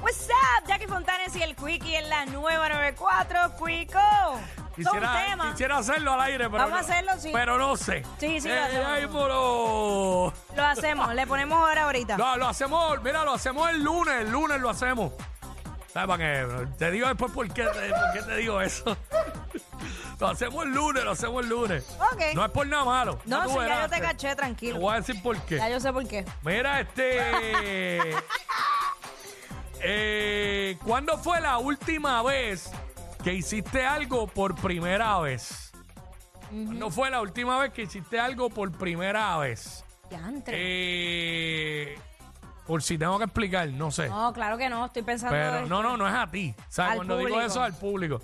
What's up? Jackie Fontanes y el Quickie en la nueva 94. Quico. Son Quisiera, temas. quisiera hacerlo al aire, pero, Vamos no- a hacerlo, sí. pero no sé. Sí, sí, lo Eh, hacemos. ay, moro. Lo hacemos, le ponemos ahora ahorita. No, lo hacemos, mira, lo hacemos el lunes, el lunes lo hacemos. ¿Sabes para qué? Te digo después por qué, te- por qué te digo eso. lo hacemos el lunes, lo hacemos el lunes. Ok. No es por nada malo. No, tú si ya verás. yo te caché, Te tranquilo. voy a decir por qué. Ya yo sé por qué. Mira, este. eh, ¿Cuándo fue la última vez que hiciste algo por primera vez? ¿Cuándo fue la última vez que hiciste algo por primera vez? Diantre. Eh, por si tengo que explicar, no sé. No, claro que no, estoy pensando. Pero en- no, no, no es a ti. O sea, Al cuando digo público. eso al público.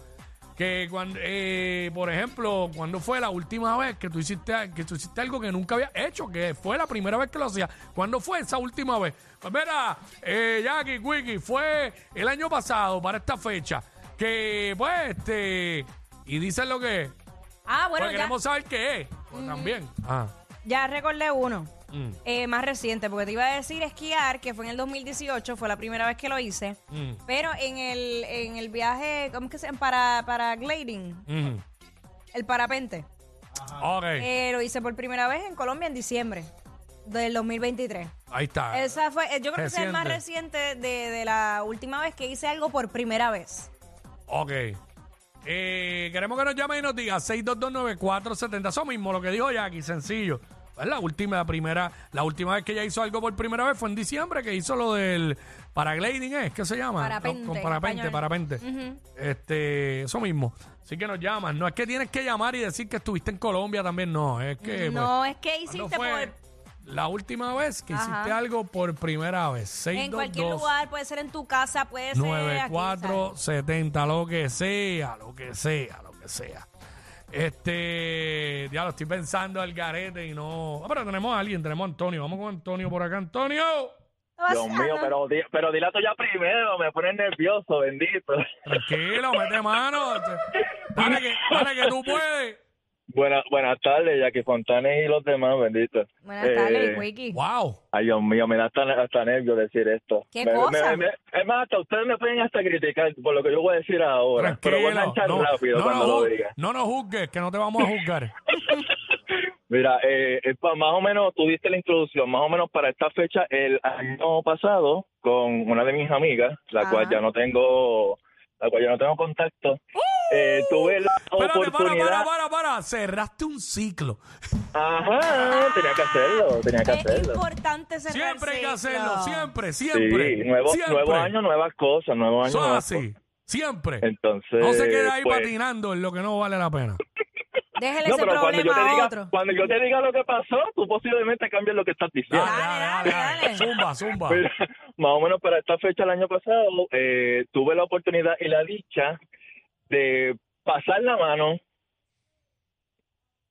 Que cuando, eh, por ejemplo, cuando fue la última vez que tú hiciste que tú hiciste algo que nunca había hecho, que fue la primera vez que lo hacías. ¿Cuándo fue esa última vez? Pues mira, eh, Jackie, Wiki, fue el año pasado para esta fecha. Que pues este y dicen lo que es. Ah, bueno, porque ya, Mm. queremos saber qué es. Pues, También. Ah. ya recordé uno. Mm. eh, más reciente, porque te iba a decir esquiar, que fue en el 2018, fue la primera vez que lo hice. Mm. Pero en el, en el viaje, ¿cómo es que se llama? Para, para gliding, Mm. el parapente. Ok. Eh, lo hice por primera vez en Colombia en diciembre del 2023. Ahí está. Esa fue, eh, yo creo que ese es el más Ah. Reciente. reciente de, de la última vez que hice algo por primera vez. Ok. Eh, queremos que nos llame y nos diga 6229470. Eso mismo lo que dijo Jackie, sencillo. Es la última, la primera, la última vez que ella hizo algo por primera vez fue en diciembre que hizo lo del paragliding, ¿es? ¿Qué se llama? Parapente, Con, con parapente, español. parapente. Este, eso mismo. Así que nos llaman. No es que tienes que llamar y decir que estuviste en Colombia también, no. Es que no, es que pues, ¿cuándo hiciste fue por... la última vez que Ajá. hiciste algo por primera vez. 622 En cualquier lugar, puede ser en tu casa, puede ser aquí, ¿sabes? 9470, lo que sea, lo que sea, lo que sea. Este, ya lo estoy pensando al garete y no. Ah, pero tenemos a alguien, tenemos a Antonio. Vamos con Antonio por acá, Antonio. Dios mío, pero, di- pero dile a tuya primero, me pones nervioso, bendito. Tranquilo, mete mano. Dale que, dale que tú puedes. Buena- buenas tardes, Jackie Fontanes y los demás, bendito. Buenas tardes, Eh, Wiki. Wow. Ay, Dios mío, me da hasta, hasta nervios decir esto. ¿Qué Me- me- cosa? me- es más, hasta ustedes me pueden hasta criticar por lo que yo voy a decir ahora. pero voy a Tranquilo. lanzar No, rápido no, cuando nos lo ju- diga. no nos juzgues, que no te vamos a juzgar. Mira, eh, eh, pa- más o menos, tú diste la introducción, más o menos para esta fecha, el año pasado, con una de mis amigas, la Ajá. cual ya no tengo, la cual ya no tengo contacto, eh, tuve la ¡Uh! Espérate, para, oportunidad... para, para, para. Cerraste un ciclo. Ajá, tenía que hacerlo, tenía Ah, que Es hacerlo. importante cerrar Siempre hay que hacerlo, ciclo. siempre, siempre. Sí, nuevo, siempre. nuevo año, nuevas cosas, nuevo año. Eso es nuevas así. Siempre. cosas. Entonces, no se quede ahí pues, patinando en lo que no vale la pena. Déjele No, ese pero cuando yo, te problema a diga, otro. cuando yo te diga lo que pasó, tú posiblemente cambies lo que estás diciendo. Ah, Dale, dale, dale. Zumba, zumba. Mira, más o menos para esta fecha el año pasado, eh, tuve la oportunidad y la dicha de pasar la mano,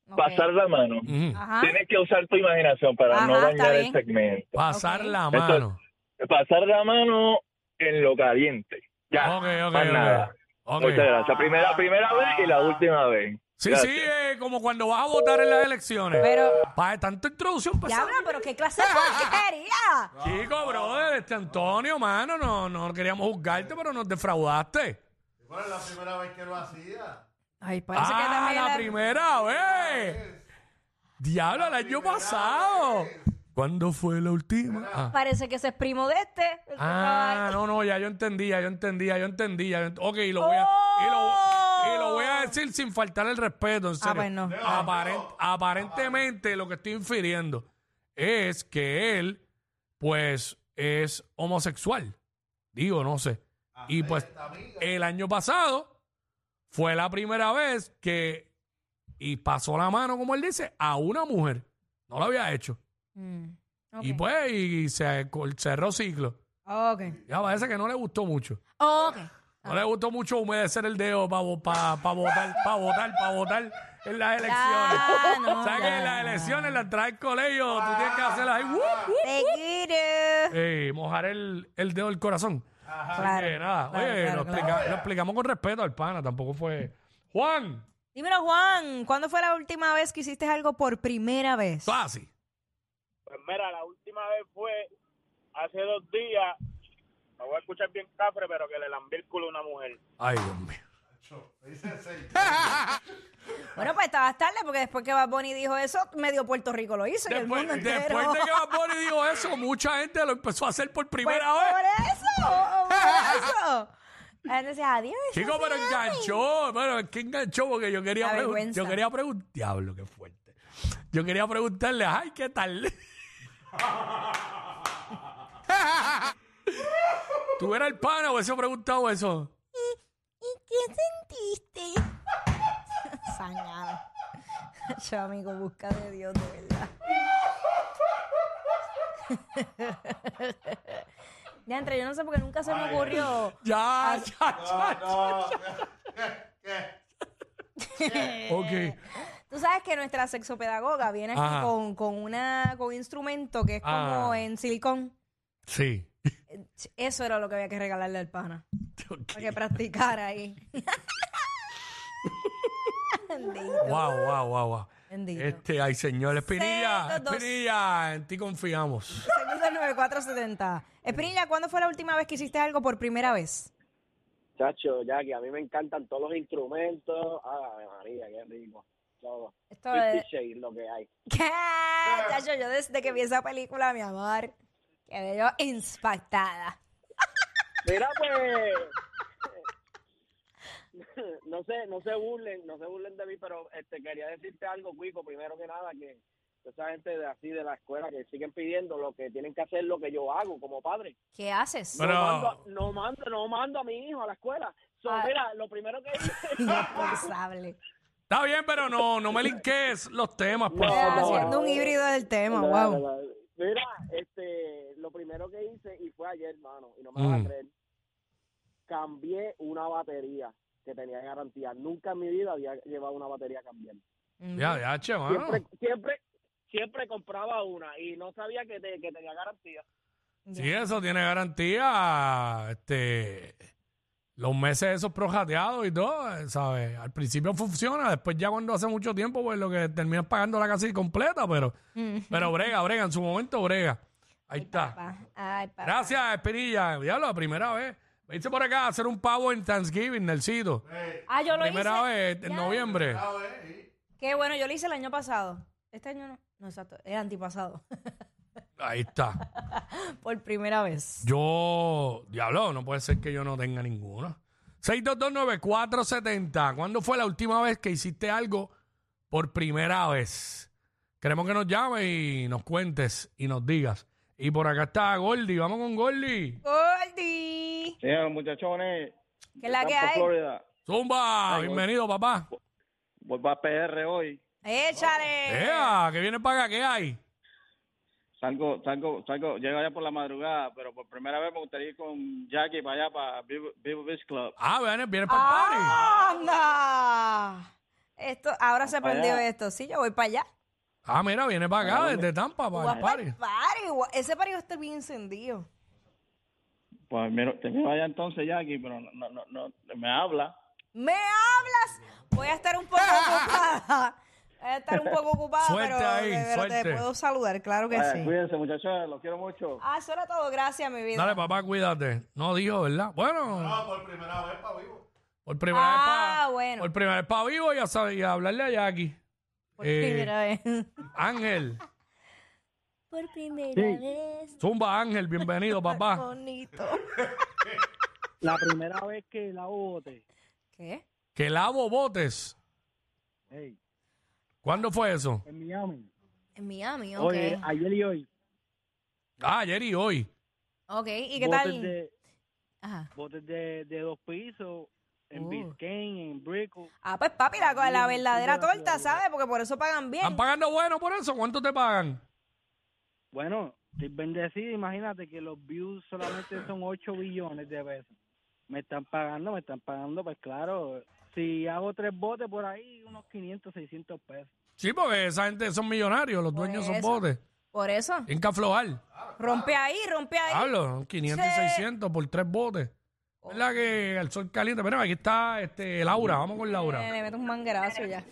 Ok. pasar la mano. Ujú. Ajá. Tienes que usar tu imaginación para no Ajá, está dañar el bien. segmento. Pasar Ok. la Eso- mano. Pasar la mano en lo caliente. Ya, Ok, más nada. ok, ok. Muchas Ok. gracias. Primera, primera vez y la última vez. Sí, Gracias. sí, eh, como cuando vas a votar en las elecciones. Pero, Para tanta introducción, pues. diabla, pero qué clase de Ah, porquería. Chico, brother, este Antonio, mano, no, no queríamos juzgarte, pero nos defraudaste. ¿Cuál es la primera vez que lo hacía? Ay, parece que Ah, también la la- primera vez. Diablo, el año pasado. ¿Cuándo fue la última? Ah. Parece que ese es primo de este. Ah, no, no, ya yo entendía, yo entendía, yo entendía. yo ent- Ok, y lo voy a, y lo, y lo voy a decir sin faltar el respeto, en serio. Oh. pues no. Aparent- aparentemente lo que estoy infiriendo es que él, pues, es homosexual. Digo, no sé. Y pues, el año pasado fue la primera vez que, y pasó la mano, como él dice, a una mujer. No lo había hecho. Mm, ok. Y pues, y se cerró ciclo. Ok. Ya parece que no le gustó mucho. Ok. No le gustó mucho humedecer el dedo para pa, pa votar, para votar, para votar en las elecciones. Ya, no, ¿Sabes que ya. en las elecciones las trae el colegio? Tú tienes que hacerlas ahí. ¡wup, wup! Te quiero. Eh, mojar el, el dedo del corazón. Así Claro, que nada. claro, Oye, claro, lo, claro. explica- lo explicamos con respeto al pana, tampoco fue. Juan, Dímelo, Juan, ¿cuándo fue la última vez que hiciste algo por primera vez? tú así. Pues mira, la última vez fue hace dos días Me voy a escuchar bien cafre, pero que le lambí el culo a una mujer. Ay, Dios mío. Me dice seis. Bueno, pues estabas tarde porque después que Bad Bunny dijo eso, medio Puerto Rico lo hizo y el Después, mundo entero. después de que Bad Bunny dijo eso, mucha gente lo empezó a hacer por Pues, primera vez. por eso, por eso. La gente decía, adiós. Chico, pero enganchó. Bueno, es que enganchó porque yo quería La preguntar. vergüenza. Yo quería preguntar. Diablo, qué fuerte. Yo quería preguntarle, ay, ¿qué tal? ¿Tú eras el pana o eso preguntado eso? ¿Y qué sentiste? Sangana. Yo, amigo, busca de Dios, de verdad. ya entre, yo no sé porque nunca se me ocurrió. Ah, Ya, ya, No, ya. no. ¿Qué? eh. Ok. Tú sabes que nuestra sexopedagoga viene Ajá. aquí con, con una con un instrumento que es como Ah. en silicón. Sí. Eso era lo que había que regalarle al pana. Ok. Para que practicara ahí. Bendito. Wow, wow, wow, wow. Bendito. Este, ay, señor, Espinilla, Cero, dos. Espinilla, en ti confiamos. Segundo el 9470. Espinilla, ¿cuándo fue la última vez que hiciste algo por primera vez? Chacho, Jackie, a mí me encantan todos los instrumentos. Ah, María, qué rico. Todo. Esto Fifty de... Shades, lo que hay. ¿Qué? Chacho, yo desde que vi esa película, mi amor, quedé yo impactada. Mira, pues. no sé, no se burlen, no se burlen de mí, pero este quería decirte algo, Cuico, primero que nada, que esa gente de así de la escuela que siguen pidiendo lo que tienen que hacer, lo que yo hago como padre. ¿Qué haces? Bueno. No, mando, no mando, no mando a mi hijo a la escuela. So, Ah. mira, lo primero que hice Irresponsable. Está bien, pero no, no me linques los temas, por No, favor. Haciendo un híbrido del tema, Verdad, wow. verdad. Mira, este, lo primero que hice, y fue ayer, hermano, y no me vas Mm. a creer, cambié una batería que tenía garantía. Nunca en mi vida había llevado una batería a cambiar. Ya, ya, che, mano. Siempre, Ah. siempre, siempre compraba una y no sabía que, te- que tenía garantía. Si eso tiene garantía, este, los meses esos projateados y todo, ¿sabes? Al principio funciona, después ya cuando hace mucho tiempo, pues lo que terminas pagando la casi completa, pero, Mm. pero brega, brega, en su momento brega. Ahí está. Papá. Ay, papá. Gracias, Espinilla. Ya la primera vez. Me hice por acá a hacer un pavo en Thanksgiving, Nelsito. Ey, Ah, yo lo Primera hice. vez en Ya. noviembre. ah, wey, Qué bueno, yo lo hice el año pasado. Este año no. No, exacto. Es antipasado. Ahí está. Por primera vez. Yo, diablo, no puede ser que yo no tenga ninguna. 6229470. ¿Cuándo fue la última vez que hiciste algo por primera vez? Queremos que nos llames y nos cuentes y nos digas. Y por acá está Gordy. Vamos con Gordy. Gordy. Sí, muchachones, ¿Qué es la que hay? Florida, Zumba, Ay, bienvenido, papá. vuelvo a PR hoy. Échale. ¡Ea! Que viene para acá, ¿qué hay? Salgo, salgo, salgo, llego allá por la madrugada, pero por primera vez me gustaría ir con Jackie para allá, para Vivo Beach Club. Ah, viene, viene para el Ah. party. ¡Anda! Esto, ahora se Para prendió allá. esto. Sí, yo voy para allá. Ah, mira, viene para acá desde Tampa, para el Voy pa'l party. party. Gua- Ese party va a estar bien encendido. Pues mira, te veo allá entonces, Jackie, pero no, no, no, no- me habla. ¿Me hablas? Voy a estar un poco ocupada. Voy a estar un poco ocupada, Suerte pero, ahí, pero suerte. te puedo saludar, claro que Vaya, Eh, sí. Eh, Cuídense, muchachos, los quiero mucho. Ah, eso era todo. Gracias, mi vida. Dale, papá, cuídate. No dijo, ¿verdad? Bueno. No, por primera vez para vivo. Por primera Ah, vez pa- bueno. Por primera vez para vivo y a, sa- y a hablarle a Jackie. Por Eh, primera vez. Ángel. Por primera vez. Zumba Ángel, bienvenido, papá. Bonito. La primera vez que la bote. ¿Qué? que lavo botes. ¿Cuándo fue eso? en Miami. En Miami, ok. Oye, ayer y hoy. Ah, ayer y hoy. ok, ¿y qué botes tal? De, Ajá. botes de, de dos pisos, en Oh. Biscayne, en Brickell. Ah, pues papi, la, la Bien, verdadera bien, torta, bien. ¿sabes? Porque por eso pagan bien. ¿Están pagando bueno por eso? ¿Cuánto te pagan? Bueno, estoy bendecido, imagínate que los views solamente son 8 billones de pesos. Me están pagando, me están pagando, pues claro, si hago tres botes por ahí, unos 500, 600 pesos. Sí, porque esa gente son millonarios, los dueños son eso. botes. Por eso. Tienen que aflojar. Rompe ahí, rompe ahí. Eh, Hablo, 500 y Sí. Oh. 600 por tres botes. ¿Verdad que el sol caliente? Pero aquí está este, Laura, vamos con Eh, Laura. Le meto un manguerazo ya.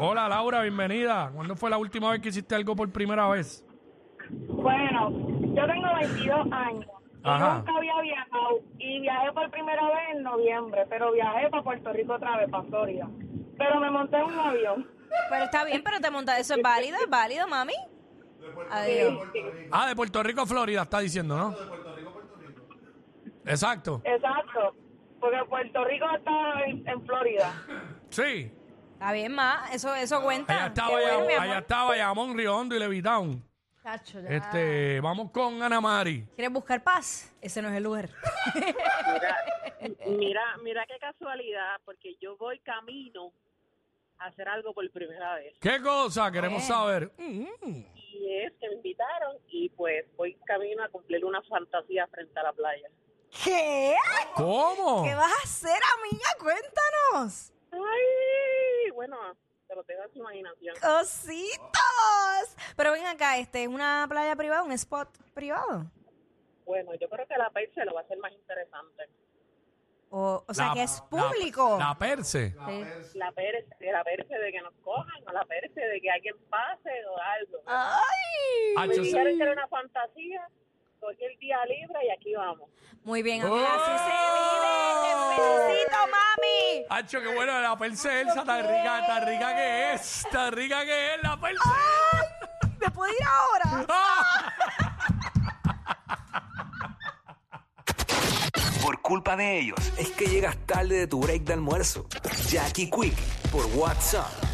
Hola Laura, bienvenida. ¿Cuándo fue la última vez que hiciste algo por primera vez? Bueno, yo tengo 22 años Ajá. Yo nunca había viajado y viajé por primera vez en noviembre, pero viajé para Puerto Rico otra vez, para Florida. Pero me monté en un avión. Pero está bien, pero te montas, eso es válido, es válido, mami. De Puerto Adiós. Rico a Puerto Rico. Ah, de Puerto Rico a Florida, está diciendo, ¿no? De Puerto Rico a Puerto Rico. Exacto. Eh, Exacto. Porque Puerto Rico está en, en Florida. Sí. Está bien, ma, eso, eso cuenta. Allá estaba, ah, Qué bueno, mi amor. allá estaba Yamón, Riondo y Levitown. Tacho, ya. Este, vamos con Ana Mari. ¿Quieres buscar paz? Ese no es el lugar. Mira, mira qué casualidad, porque yo voy camino a hacer algo por primera vez. ¿Qué cosa queremos Bien. saber? Mm. Y es que me invitaron y pues voy camino a cumplir una fantasía frente a la playa. ¿Qué? ¿Cómo? ¿Qué vas a hacer, amiga? Cuéntanos. ¡Ay! Bueno, te lo dejo a tu imaginación. Cositos. Pero ven acá, este es una playa privada, un spot privado. Bueno, yo creo que la país se lo va a hacer más interesante. O, o sea, La- que es la- público. La, Perse. La Sí. Perse. La perece, la perece de que nos cojan, o la perece de que alguien pase o algo. ¡Ay! Ah, me yo sé. dijeron que era una fantasía, cogí el día libre y aquí vamos. Muy bien, amiga. ¡Oh! Así se vive. Te felicito, mami. Hacho, qué bueno, la Perse Elsa, tan rica, tan rica que es. Tan rica que es la Perse. ¡Ah! Ay, ¿Me puedo ir ahora? Por culpa de ellos, es que llegas tarde de tu break de almuerzo. Jackie Quick por WhatsApp